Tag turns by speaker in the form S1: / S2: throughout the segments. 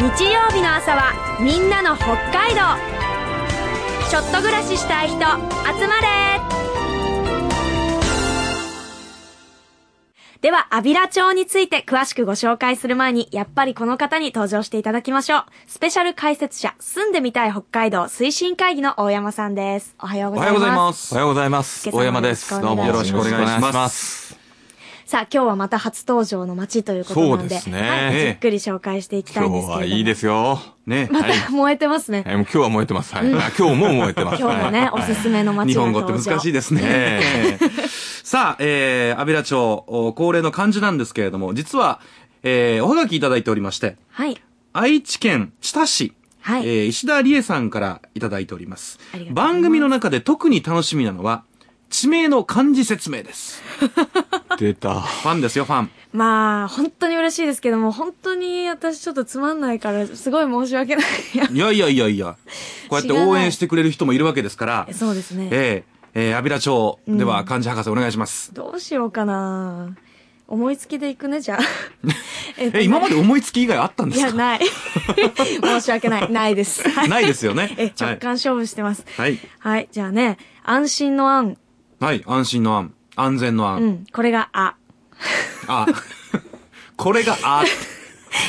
S1: 日曜日の朝はみんなの北海道ちょっと暮らししたい人集まれでは、アビラ町について詳しくご紹介する前に、やっぱりこの方に登場していただきましょう。スペシャル解説者、住んでみたい北海道推進会議の大山さんです。おはよう
S2: お
S1: ご
S2: は
S1: ざ
S2: よ
S1: いう
S2: ござい
S1: ま。
S2: ますす。
S3: おはようございます。
S1: おは
S3: 大
S1: ようご
S3: 山
S1: ざいま
S3: ですす。どうも
S1: よ
S3: よ
S1: ろ
S3: ろ
S1: し
S3: し
S1: く
S3: く
S1: お
S3: お
S2: 願
S3: 願
S2: い
S3: い
S2: し
S3: し
S2: ま
S3: ます。
S1: さあ、今日はまた初登場の街ということなんで、
S3: そうですね
S1: はい、
S3: ええ
S1: じっくり紹介していきた
S3: 今
S1: いんで
S3: 日
S1: すけれども。
S3: はいいですよ。
S2: ね。
S1: ま
S3: はい
S1: た燃えてますね。
S3: はい、もう今日は燃えてます。はい。あ今日も燃えてま す。
S1: 今日もね、お
S3: はい
S1: すすめの街
S2: 日
S1: が
S2: 本語
S1: 登
S2: っ
S1: 場
S2: て難しいですね。
S3: え
S2: さあ、えー、安平町、お恒例の漢字なんですけれども、実は、えー、おはがきいただいておりまして、
S1: はい。
S2: 愛知県知多市、
S1: はい
S2: えー石田理恵さんからいただいております
S1: ありがとうございます
S2: 番組の中で特に楽しみなのは、地名の漢字説明です。
S3: 出た。
S2: ファンですよ、ファン。
S1: まあ、本当に嬉しいですけども、本当に私ちょっとつまんないから、すごい申し訳ない。 いや
S2: いやいやいやいや、こうやって
S1: 知らない
S2: 応援してくれる人もいるわけですから、
S1: そうですね。
S2: えー、えー、安平町、
S1: ん
S2: では漢字博士お願いします。
S1: どうしようかな思いつきでいくね、じ ゃあ。えっと
S2: え、
S1: ね
S2: 今まで思いつき以外あったんで
S1: い
S2: す
S1: や、
S2: か
S1: ない。申し訳ない。ないです。はい
S2: ないですよ ね。
S1: え、直感勝負してます。
S2: はい。
S1: はい、じゃあね、安心の案。
S2: はい。安心の案。安全の案。
S1: うん、これが、あ。
S2: あ、 これが、あ、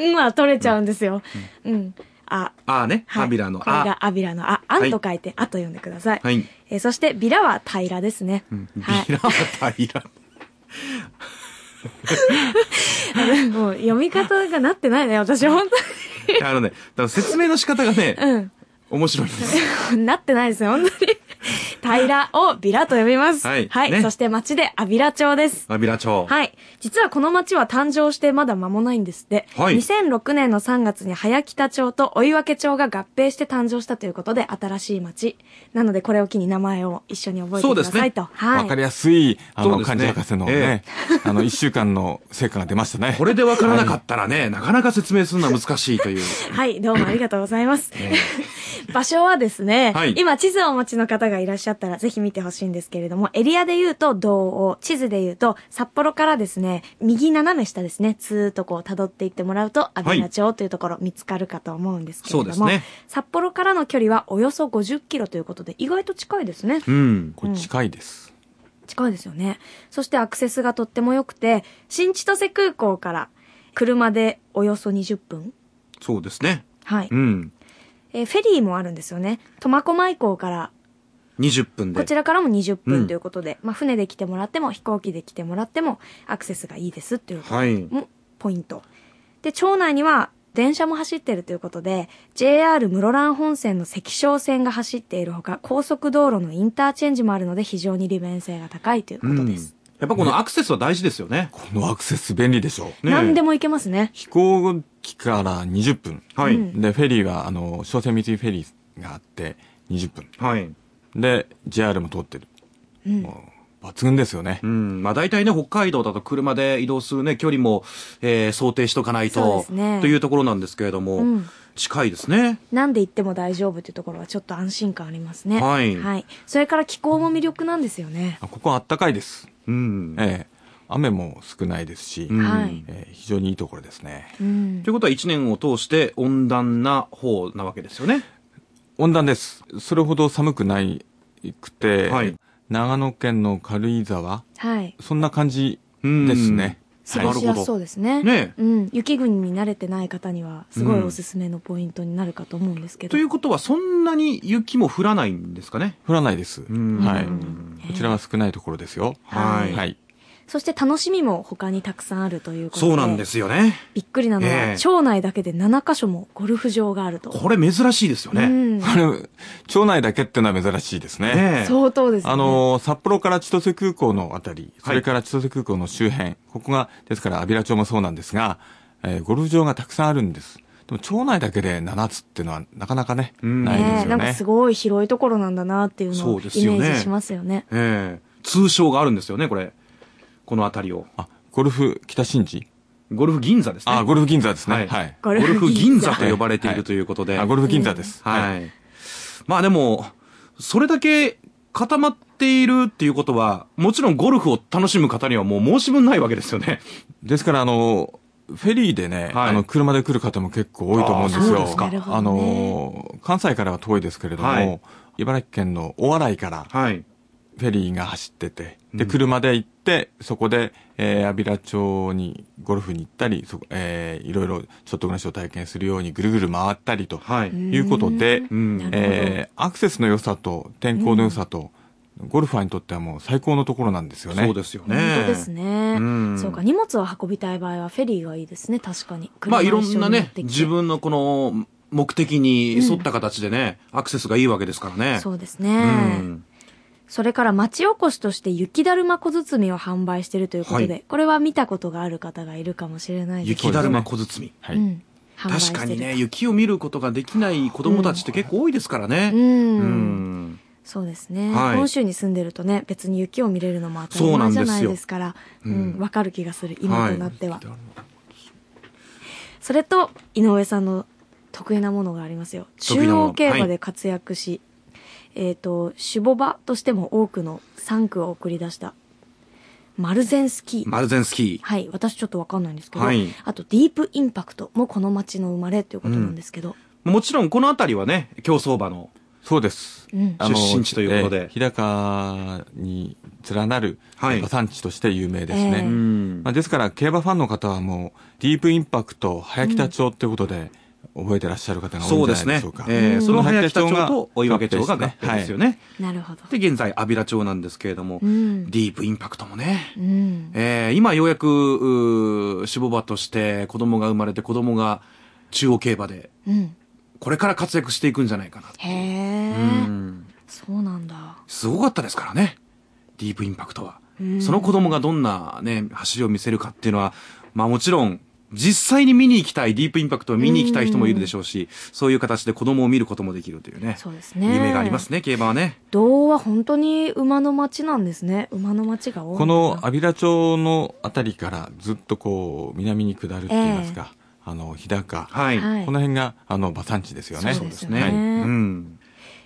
S1: うんは取れちゃうんですよ。うん、あ。
S2: あね。
S1: はい
S2: アビラの、
S1: これ
S2: あ。
S1: がアビラのあ。あんと書いて、あと読んでください。
S2: はい。
S1: えーそして、ビラは平らですね。はい
S2: ビ。ラは平ら。
S1: もう読み方がなってないね、私本
S2: いやあのね、多分説明の仕方がね、
S1: 当に。
S2: 面白いんです。
S1: うん。 なってないですよ、本当に。 平をビラと呼びます。
S2: はい
S1: はい。
S2: ね
S1: そして町でアビラ町です。
S2: アビラ町。
S1: はい。実はこの町は誕生してまだ間もないんですって。
S2: はい
S1: 2006年の3月に早北町と追分町が合併して誕生したということで、新しい町。なので、これを機に名前を一緒に覚えてくださいと。
S2: そう
S1: はい。
S3: わかりやすい、あ
S2: そう
S3: の、
S2: ですね
S3: 漢字博士のね、あの、一週間の成果が出ましたね。
S2: これでわからなかったらね、なかなか説明するのは難しいという。
S1: はい、どうもありがとうございます。
S2: ね
S1: 場所はですね、
S2: はい
S1: 今地図をお持ちの方がいらっしゃったらぜひ見てほしいんですけれども、エリアで言うと道央、地図で言うと札幌からですね、右斜め下ですね、ずーっとこう辿っていってもらうと、阿部名町というところ見つかるかと思うんですけれども、
S2: そうですね
S1: 札幌からの距離はおよそ50キロということで、意外と近いですね。
S2: うん。
S3: これ近いです。
S1: 近いですよね。そしてアクセスがとっても良くて、新千歳空港から車でおよそ20分
S2: そうですね。
S1: はい。
S2: うん。
S1: えーフェリーもあるんですよね。苫小牧港から、
S2: 20分で。
S1: こちらからも20
S2: う
S1: 分
S2: ん
S1: ということで、まあ船で来てもらっても飛行機で来てもらってもアクセスがいいですっていうこと
S2: はい。
S1: もポイント。で、町内には電車も走ってるということで、JR 室蘭本線の関商線が走っているほか、高速道路のインターチェンジもあるので非常に利便性が高いということです。
S2: やっぱこのアクセスは大事ですよね。
S3: このアクセス便利でしょ
S2: ね
S1: 何でも行けますね。
S3: 飛行機から20分。
S2: はい
S1: うん
S3: で、フェリーは、あの、商船三井フェリーがあって20分。
S2: はい。
S3: で、JR も通ってる。
S1: うん
S3: もう抜群ですよね
S2: う。ん。まあ大体ね、北海道だと車で移動するね、距離も、えー想定しとかない
S1: そうで
S2: と、
S1: すね
S2: というところなんですけれども、
S1: うん
S2: 近いですね。
S1: 何で行っても大丈夫というところはちょっと安心感ありますね。
S2: はい
S1: はい。それから気候も魅力なんですよね。
S3: あここはあったかいです。
S2: うん。
S3: ええ雨も少ないですし、
S2: うん
S1: はい
S3: ええ非常にいいところですね。
S1: うん
S2: ということは一年を通して温暖な方なわけですよね。
S3: 温暖です。それほど寒くないくて、
S2: はい
S3: 長野県の軽井沢、
S1: はい。
S3: そんな感じですね。
S1: 過
S2: は
S1: ご
S2: い
S1: しやすそうですね。
S2: ねえ
S1: うん。雪国に慣れてない方には、すごいおすすめのポイントになるかと思うんですけど。
S2: ということはそんなに雪も降らないんですかね。
S3: 降らないです。
S2: うん
S3: はい。
S1: う
S3: こ
S1: ん
S3: ちらは少ないところですよ。
S1: はい
S3: はい。
S1: そして楽しみも他にたくさんあるということで。。
S2: そうなんですすよね。
S1: びっくりなのは、
S2: ええ
S1: 町内だけで7カ所もゴルフ場があると。
S2: これ珍しいですよ
S1: う
S2: ね。
S1: ん。
S3: これ、町内だけってのは珍しいですね。
S2: ねえ
S1: 相当ですね。
S3: あ、のー札幌から千歳空港のあたり、そ
S2: はい
S3: れから千歳空港の周辺、ここが、ですから、安平町もそうなんですが、えーゴルフ場がたくさんあるんです。でも、町内だけで7つっていうのは、なかなかね、
S2: うん
S3: ないですよ
S1: ね
S3: ね。
S1: なんかすごい広いところなんだなっていうの
S2: そ
S1: をイメ
S2: うですよね
S1: ージしますよね。
S2: ええ通称があるんですよね、これ。この辺りを。
S3: あ、ゴルフ北新地
S2: ゴルフ銀座ですね。
S3: あ、ゴルフ銀座です
S2: は
S3: ね。
S2: い
S3: はい。
S1: ゴ
S2: ゴ
S1: ル
S2: ル
S1: フ
S2: フ
S1: 銀
S2: 銀
S1: 座
S2: 座と呼ばれているということで。
S3: あ、ゴルフ銀座です。
S2: はい。まあでも、それだけ固まっているっていうことは、もちろんゴルフを楽しむ方にはもう申し分ないわけですよね。
S3: ですから、あのーフェリーでね、
S2: はい
S3: あの、車で来る方も結構多いと思うんです
S2: あーそう
S3: よ。
S2: ですかな
S1: るほどね
S3: あの、関西からは遠いですけれども、
S2: はい
S3: 茨城県の大洗から
S2: はい。
S3: フェリーが走ってて、
S2: う
S3: で、
S2: ん
S3: 車で行って、そこで、えー、安平町にゴルフに行ったり、そこえーいろいろショットグラッシュを体験するようにぐるぐる回ったりと、
S2: はい。
S1: ん
S3: いうことで、
S2: うん
S1: なるほど
S3: えーアクセスの良さと天候の良さと、ゴルファーにとってはもう最高のところなんですよね。
S2: そうですよね。
S1: 本当ですね、
S2: うん
S1: そうか、荷物を運びたい場合はフェリーがいいですね、確かに。
S2: まあい
S1: 車
S2: ろ
S1: を一
S2: ん
S1: 緒
S2: な
S1: に持っ
S2: ね
S1: て、きて
S2: 自分のこの目的に沿った形でね、アクセスがいいわけですからね。
S1: そうです
S2: う
S1: ね。
S2: ん。
S1: それから町おこしとして雪だるま小包を販売してるということで、
S2: はい
S1: これは見たことがある方がいるかもしれないです
S2: 雪だるま小包。
S3: は
S1: う
S3: い。
S1: ん、販売して
S2: 確
S1: る
S2: かにね、雪を見ることができない子供たちって結構多いですからね。
S1: うん
S2: うん
S1: そうですね、
S2: はい
S1: 本州に住んでるとね別に雪を見れるのも当たり前じゃないですからう
S2: そうなんです
S1: ん
S2: ようん
S1: わかる気がする今
S2: はい
S1: となっては、それと井上さんの得意なものがありますよ
S2: 得意
S1: 中
S2: なもの
S1: 央競馬で活躍し、えっ、と守護馬としても多くの3区を送り出したマルゼンスキー、
S2: マルゼンスキー。
S1: はい私ちょっとわかんないんですけど、
S2: はい
S1: あとディープインパクトもこの町の生まれということなんですけど、
S2: もちろんこの辺りはね、競走馬の。
S3: そうです。
S1: うん
S3: あの
S2: 出身地ということで
S3: えー日高に連なる
S2: はい
S3: 馬産地として有名ですね。
S1: ええ
S2: うん
S3: まあ、ですから、競馬ファンの方はもう、ディープインパクト、早北町ということで、覚えてらっしゃる方が多い
S2: そ
S3: ん
S2: う
S3: じ
S2: で
S3: ゃな
S2: すね
S3: いでしょうか。。
S2: えー
S1: うん
S2: その早北町と追分町が合併ですよね。
S1: なるほど
S2: で、現在、安平町なんですけれども、
S1: うん
S2: ディープインパクトもね、
S1: うん
S2: えー今ようやく、うー守護馬として子供が生まれて子供が中央競馬で、
S1: うん
S2: これから活躍していくんじゃないかなと。
S1: へえ、
S2: うん
S1: そうなんだ
S2: すごかったですからね、ディープインパクトは。
S1: うん
S2: その子供がどんなね、走りを見せるかっていうのは、まあもちろん、実際に見に行きたい、ディープインパクトを見に行きたい人もいるでしょうし、そういう形で子供を見ることもできるというね、
S1: そうですね
S2: 夢がありますね、競馬はね。
S1: 童は本当に馬の町なんですね馬の町が多い
S3: この安平町のあたりからずっとこう南に下るって言いますか、あの日高、
S2: はい。
S1: はい
S3: この辺があの馬産地ですよね。
S1: そうですよね
S2: はいうん。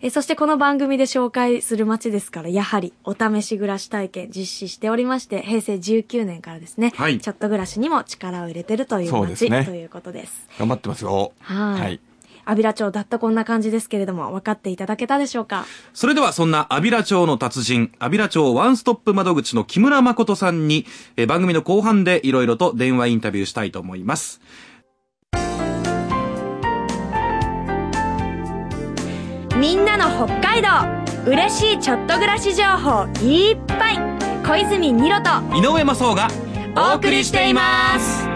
S1: えそしてこの番組で紹介する町ですからやはりお試し暮らし体験実施しておりまして平成19年からですね、
S2: はい
S1: ちょっと暮らしにも力を入れてるという
S3: そうで
S1: 町
S3: すね
S1: ということです
S3: 頑張ってますよ。
S1: はい
S3: はい。
S1: 安平町だったこんな感じですけれども分かっていただけたでしょうか
S2: それではそんな安平町の達人、安平町ワンストップ窓口の木村誠さんに、えー番組の後半でいろいろと電話インタビューしたいと思います。
S1: みんなの北海道嬉しいちょっと暮らし情報いっぱい小泉二郎と
S2: 井上正雄がお送りしています。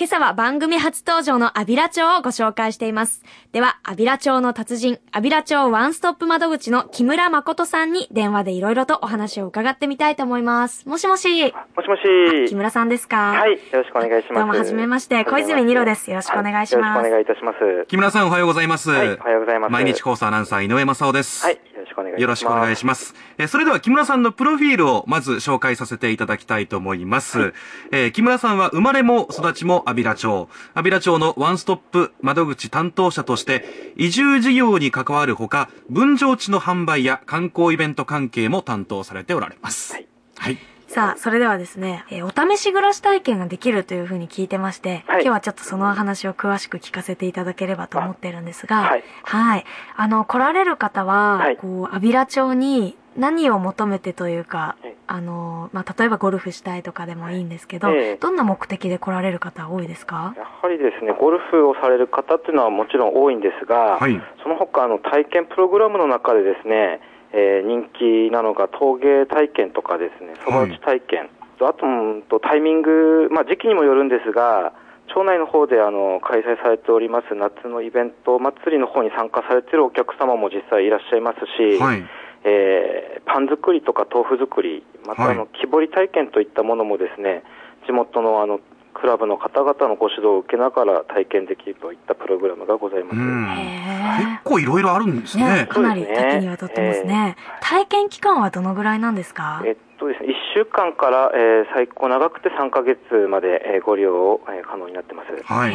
S1: 今朝は番組初登場のアビラ町をご紹介しています。では、アビラ町の達人、アビラ町ワンストップ窓口の木村誠さんに電話でいろいろとお話を伺ってみたいと思います。もしもし、
S4: もしもし。
S1: 木村さんですか
S4: はい、よろしくお願いします。
S1: どうも初めまして小泉二郎ですよろしくお願いします
S4: はよろしくお願いいたします。
S2: 木村さんおはようございます。
S4: はい、おはようございます。
S2: 毎日コースアナウンサー井上正雄です。
S4: はい、よろしくお願いします。
S2: よろしくお願いします。えーそれでは木村さんのプロフィールをまず紹介させていただきたいと思います。えー木村さんは生まれも育ちも安平町。安平町のワンストップ窓口担当者として、移住事業に関わるほか、分譲地の販売や観光イベント関係も担当されておられます。
S4: はい。
S2: はい。
S1: さあ、それではですね、えーお試し暮らし体験ができるというふうに聞いてまして、今
S4: はい
S1: 日はちょっとそのお話を詳しく聞かせていただければと思ってるんですが、
S4: あはい
S1: はいあの、来られる方は、
S4: はい
S1: こう、安平町に何を求めてというか、
S4: はい
S1: あの、まあ、例えばゴルフしたいとかでもいいんですけど、
S4: ええ
S1: どんな目的で来られる方多いですか
S4: やはりですね、ゴルフをされる方っていうのはもちろん多いんですが、
S2: はい。
S4: その他あの体験プログラムの中でですね、えー人気なのが陶芸体験とかですね、そば打ち体験、あとうんとタイミング、まあ、時期にもよるんですが、町内の方であの開催されております夏のイベント祭りの方に参加されているお客様も実際いらっしゃいますし、
S2: はい。
S4: えーパン作りとか豆腐作り、またあの、
S2: は
S4: 木彫り体験といったものもですね、地元のあのクラブの方々のご指導を受けながら体験できるといったプログラムがございます。
S2: うん。結
S1: へ
S2: 構いろいろあるんです
S1: え。ね
S2: ね。
S1: かなり多岐にわたってますね。体験期間はどのぐらいなんですか
S4: えっとですね、1週間から、えー最高長くて3ヶ月まで、えーご利用を、えー可能になってます。
S2: は
S1: へ
S2: い。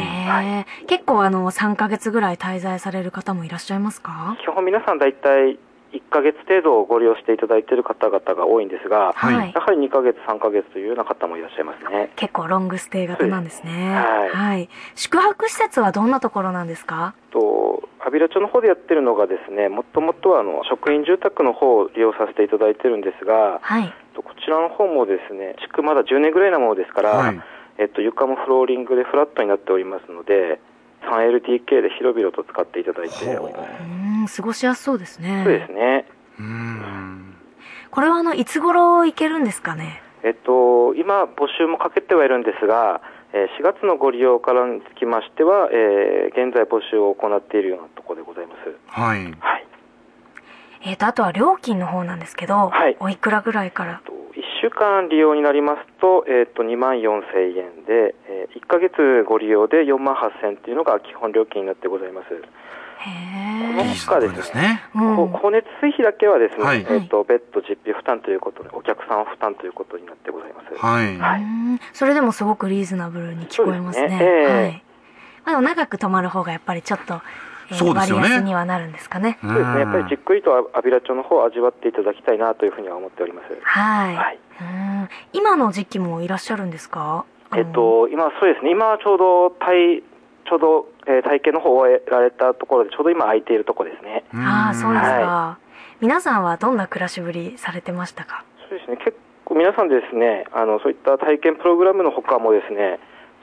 S1: え。結構あの、3ヶ月ぐらい滞在される方もいらっしゃいますか
S4: 基本皆さん大体1ヶ月程度ご利用していただいている方々が多いんです
S2: は
S4: が、
S2: い
S1: はい
S4: や。はり2ヶ月、3ヶ月というような方もいらっしゃいますね。
S1: 結構ロングステイ型なんですね。
S4: はい
S1: はい。宿泊施設はどんなところなんですか
S4: と、安平町の方でやってるのがですね、もともとはあの職員住宅の方を利用させていただいてるんですが、
S1: はい。
S4: とこちらの方もですね、築まだ10年ぐらいなものですから、
S2: はい
S4: えっと、床もフローリングでフラットになっておりますので、3LDK で広々と使っていただいております。
S1: うーん、過ごしやすそうですね。
S4: そうですね。
S2: うーん。
S1: これはあの、いつ頃行けるんですかね
S4: えっと、今、募集もかけてはいるんですが、えー4月のご利用からにつきましては、えー現在募集を行っているようなところでございます。
S2: はい。
S4: はい。
S1: えっ、と、あとは料金の方なんですけど、
S4: はい
S1: おいくらぐらいから
S4: と1週間利用になりますと、えっと、2万4000円で、え1ヶ月ご利用で4万8000円というのが基本料金になってございます。
S1: へ
S4: こ
S1: え
S4: の。
S2: いいところですね。
S1: う
S4: こ
S1: ん。
S4: 光熱水費だけはですね、
S2: はい
S4: えっと、別途実費負担ということで、お客さん負担ということになってございます。
S2: はい。
S1: うーんそれでもすごくリーズナブルに聞こえますね。
S4: そうですねええ
S1: はい。まあ、でも長く泊まる方がやっぱりちょっと、えー
S2: そうですよね
S1: 割安にはなるんですかね。
S2: そ
S4: そうですね、やっぱりじっくりと安平町の方を味わっていただきたいなというふうには思っております。
S1: はい。
S4: はい。
S1: うん今の時期もいらっしゃるんですか
S4: えっ、と、今、そうですね、今はちょうど体、ちょうど、えー体験の方を終えられたところで、ちょうど今空いているところですね。
S1: あのあー、そうですか。
S4: は
S1: 皆さんはどんな暮らしぶりされてましたか
S4: そうですね、結構皆さんですね、あの、そういった体験プログラムの他もですね、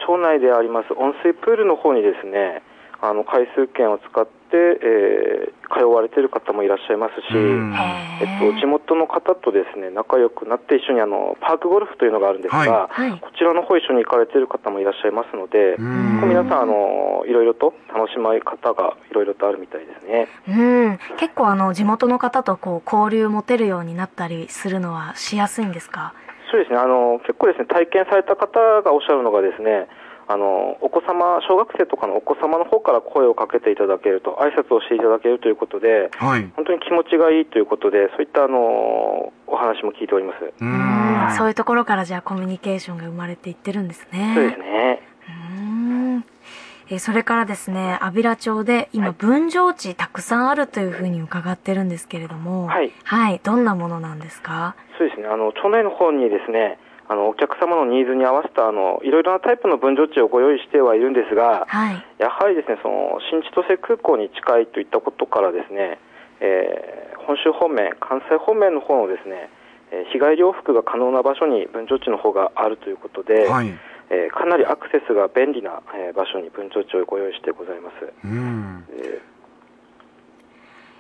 S4: 町内であります温水プールの方にですね、あの、回数券を使って、えー通われている方もいらっしゃいますし、
S2: うん
S1: へ
S4: えっと、地元の方とですね、仲良くなって一緒にあの、パークゴルフというのがあるんですが、
S2: は
S1: はい。
S4: こちらの方一緒に行かれている方もいらっしゃいますので、
S2: う
S1: うん
S4: 皆
S2: ん。
S4: さん、あのいろいろと楽しまれ方がいろいろとあるみたいですね。
S1: うん。結構あの、地元の方とこう、交流持てるようになったりするのはしやすいんですか
S4: そうですね、あの結構ですね、体験された方がおっしゃるのがですね、あのお子様、小学生とかのお子様の方から声をかけていただけると、挨拶をしていただけるということで、
S2: はい。
S4: 本当に気持ちがいいということで、そういったあのお話も聞いております。
S2: う
S1: うんそう
S2: う
S1: いうところからじゃあコミュニケーションが生まれていってるんですね。
S4: そうですね。
S1: うんえーそれからですね、安平町で今、分譲地たくさんあるというふうに伺ってるんですけれども、
S4: はい
S1: どんなものなんですか
S4: そうですね、あの町内の方にですね、あのお客様のニーズに合わせたあのいろいろなタイプの分譲地をご用意してはいるんですが、
S1: はい。
S4: やはりですね、その新千歳空港に近いといったことからですね、えー本州方面、関西方面の方のですね、えー日帰り往復が可能な場所に分譲地の方があるということで、
S2: はい。
S4: えーかなりアクセスが便利な、えー場所に分譲地をご用意してございます。
S2: うん。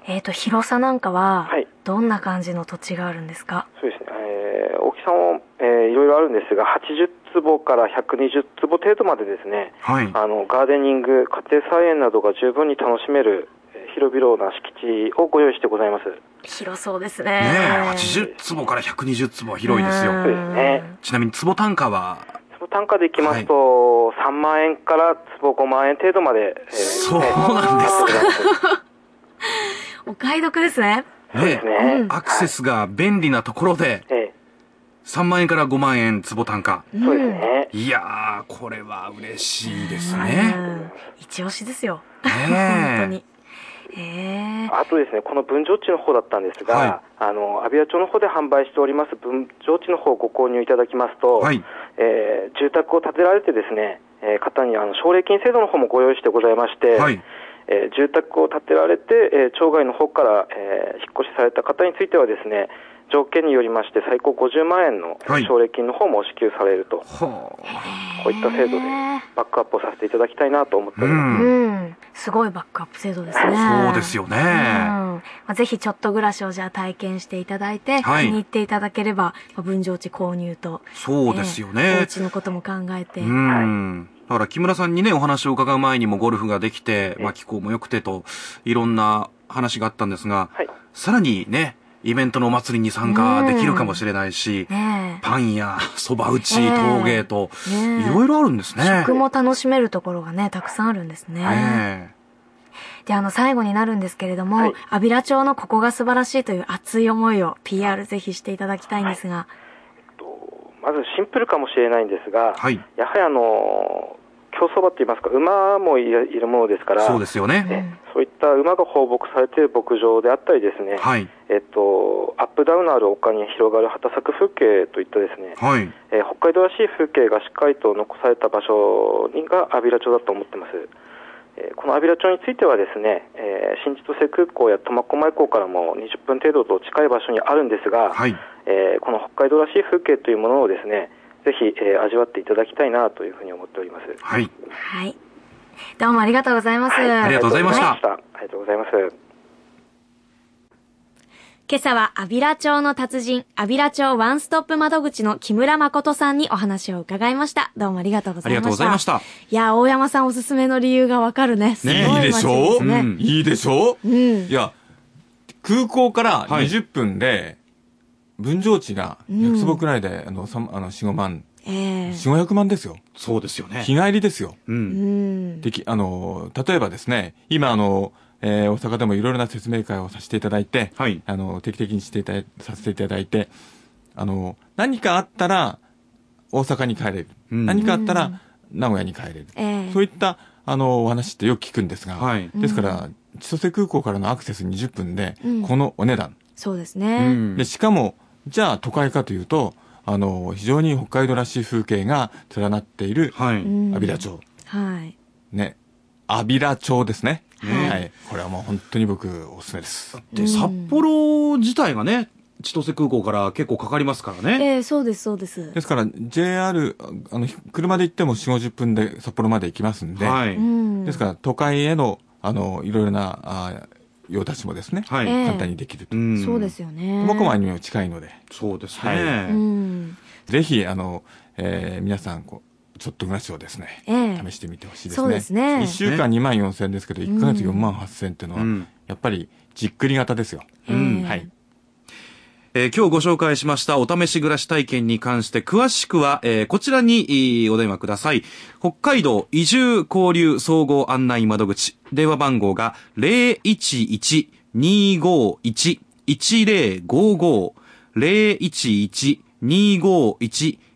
S1: えっ、と、広さなんかは
S4: はい、
S1: どんな感じの土地があるんですか、
S4: そうですね、えー大きさも、えーいろいろあるんですが、80坪から120坪程度までですね、
S2: はい。
S4: あのガーデニング、家庭菜園などが十分に楽しめる、えー広々な敷地をご用意してございます。
S1: 広そうですね。
S2: ねえ、80坪から120坪は広いです
S1: うん
S2: よ。
S4: そうですね
S2: ちなみに坪単価は、
S4: その単価でいきますと、3万円から坪5万円程度まで、えー
S2: そう
S4: ね
S2: なんです
S4: なっております
S1: お買い得ですね。
S4: そうです
S2: ね、
S4: ね
S1: う。ん
S2: アクセスが便利なところで、
S4: え
S2: 3万円から5万円坪単価。
S4: えそうですね。
S2: いやー、これは嬉しいです
S1: うん
S2: ね。
S1: 一押しですよ。本当
S2: ね
S1: に。ええ
S4: あとですね、この分譲地の方だったんですが、
S2: は
S4: あの、阿ビア町の方で販売しております分譲地の方をご購入いただきますと、
S2: はい
S4: えー住宅を建てられてですね、えー方にあの奨励金制度の方もご用意してございまして、
S2: はい
S4: えー住宅を建てられて、えー町外の方から、えー引っ越しされた方についてはですね、条件によりまして最高50万円の
S2: はい
S4: 奨励金の方も支給されると、
S2: ほ
S4: こういった制度でバックアップをさせていただきたいなと思ってお
S2: う。う。
S4: ります。
S1: うんん、すごいバックアップ制度ですね。
S2: そうですよ
S1: うん。
S2: ね。
S1: まあぜひちょっと暮らしをじゃあ体験していただいて、
S2: はい
S1: 気に入っていただければ、まあ分譲地購入と、
S2: そうですよ
S1: ええお
S2: ね。
S1: 家のことも考えて、
S2: うん。だから木村さんにね、お話を伺う前にもゴルフができて、まあ気候も良くてと、いろんな話があったんですが、
S4: はい。
S2: さらにね、イベントのお祭りに参加できるかもしれないし、
S1: ね
S2: パンやそば打ち、
S1: ええ
S2: 陶芸と、
S1: え、ね
S2: い
S1: え
S2: ろいろあるんですね。
S1: 食も楽しめるところがね、たくさんあるんですね。
S2: ね
S1: で、あの、最後になるんですけれども、
S4: はい
S1: 安平町のここが素晴らしいという熱い思いを PR ぜひしていただきたいんですが、
S4: とまずシンプルかもしれないんですが、
S2: はい
S4: やはりあの、競走馬って言いますか、馬もいるいるものですから、
S2: そうですよね。
S4: えそういった馬が放牧されている牧場であったりですね、
S2: はい。
S4: えっと、アップダウンのある丘に広がる畑作風景といったですね、
S2: はい。
S4: えー北海道らしい風景がしっかりと残された場所にが安平町だと思ってます。えーこの安平町についてはですね、えー新千歳空港や苫小牧港からも20分程度と近い場所にあるんですが、
S2: はい。
S4: えーこの北海道らしい風景というものをですね、ぜひ、えー味わっていただきたいなというふうに思っております。
S2: はい。
S1: はい。どうもありがとうございます。
S4: はい
S2: ありがとうございました
S4: ありがとうございましたありがとうございます。
S1: 今朝は、安平町の達人、安平町ワンストップ窓口の木村誠さんにお話を伺いました。どうもありがとうございました。
S2: ありがとうございました。
S1: いや、大山さんおすすめの理由がわかるね。すごい
S3: ね、いいでし
S1: 街
S3: ょ
S1: す
S3: う、
S1: ね
S2: うん
S3: いいでしょう、
S1: うん
S3: いや、空港から
S2: はい
S3: 20分で、分譲地が100坪くらいで、あの、さんあの4、5万、
S1: ええ
S3: 4、500万ですよ。
S2: そうですよね
S3: 日。帰りですよ。
S2: う。
S1: うんん。
S3: でき、あの、例えばですね、今、あの、えー大阪でもいろいろな説明会をさせていただいて、
S2: はい。
S3: あの、定期的にしていただいさせていただいて、あの、何かあったら、大阪に帰れる。
S2: うん
S3: 何かあったら、名古屋に帰れる。
S1: ええ
S3: そういった、あの、お話ってよく聞くんですが、
S2: はい
S3: ですから、千歳空港からのアクセス20分で、
S1: うん
S3: このお値段。
S1: そうです
S2: う
S1: ね。
S2: ん
S3: で、。しかも、じゃあ都会かというと、あの、非常に北海道らしい風景が連なっている、
S2: はい。
S1: うん
S3: 安平。町。
S1: はい。
S3: ね。安平町ですね。
S1: はい
S3: はい。これはもう本当に僕、おすすめです。
S1: う
S2: で、
S1: ん
S2: 札幌自体がね、千歳空港から結構かかりますからね。
S1: ええそうです、そうです。
S3: ですから、JR、あの、ひ車で行っても4、50分で札幌まで行きますんで、
S2: は
S1: う
S2: い。
S1: ん。
S3: ですから、都会への、あの、いろいろな、あ用達もですね、
S2: は
S1: え
S2: い。
S1: え
S3: 簡単にできると。
S2: ん
S1: そうですよね。
S3: 苫小牧にも近いので、
S2: そうです
S3: は
S1: う
S2: ね。
S1: ん。
S3: ぜひ、あの、えー皆さん、こう、ちょっと暮らしをですね、
S1: ええ
S3: 試してみてほしいですね。
S1: そうですね
S3: 1週間2万4千ですけど、1ヶ月4万8千っていうのは、
S2: うん
S3: やっぱり、じっくり型ですよ。
S1: うん
S3: はい。
S2: えー今日ご紹介しましたお試し暮らし体験に関して詳しくは、えーこちらにえーお電話ください。北海道移住交流総合案内窓口。電話番号が011-251-1055。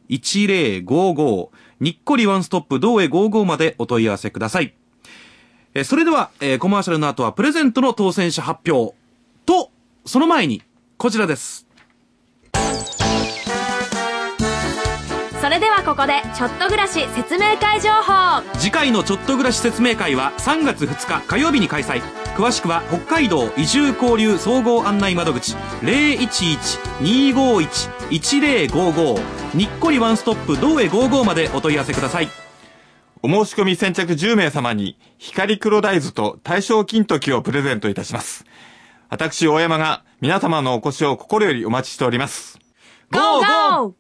S2: 011-251-1055。にっこりワンストップ同へ55までお問い合わせください。えーそれでは、えーコマーシャルの後はプレゼントの当選者発表と、その前に、こちらです。
S1: それではここで、ちょっと暮らし説明会情報。
S2: 次回のちょっと暮らし説明会は3月2日火曜日に開催。詳しくは北海道移住交流総合案内窓口011-251-1055にっこりワンストップ同へ55までお問い合わせください。
S3: お申し込み先着10名様に、光黒大豆と大正金時をプレゼントいたします。私、大山が皆様のお越しを心よりお待ちしております。
S1: ゴーゴー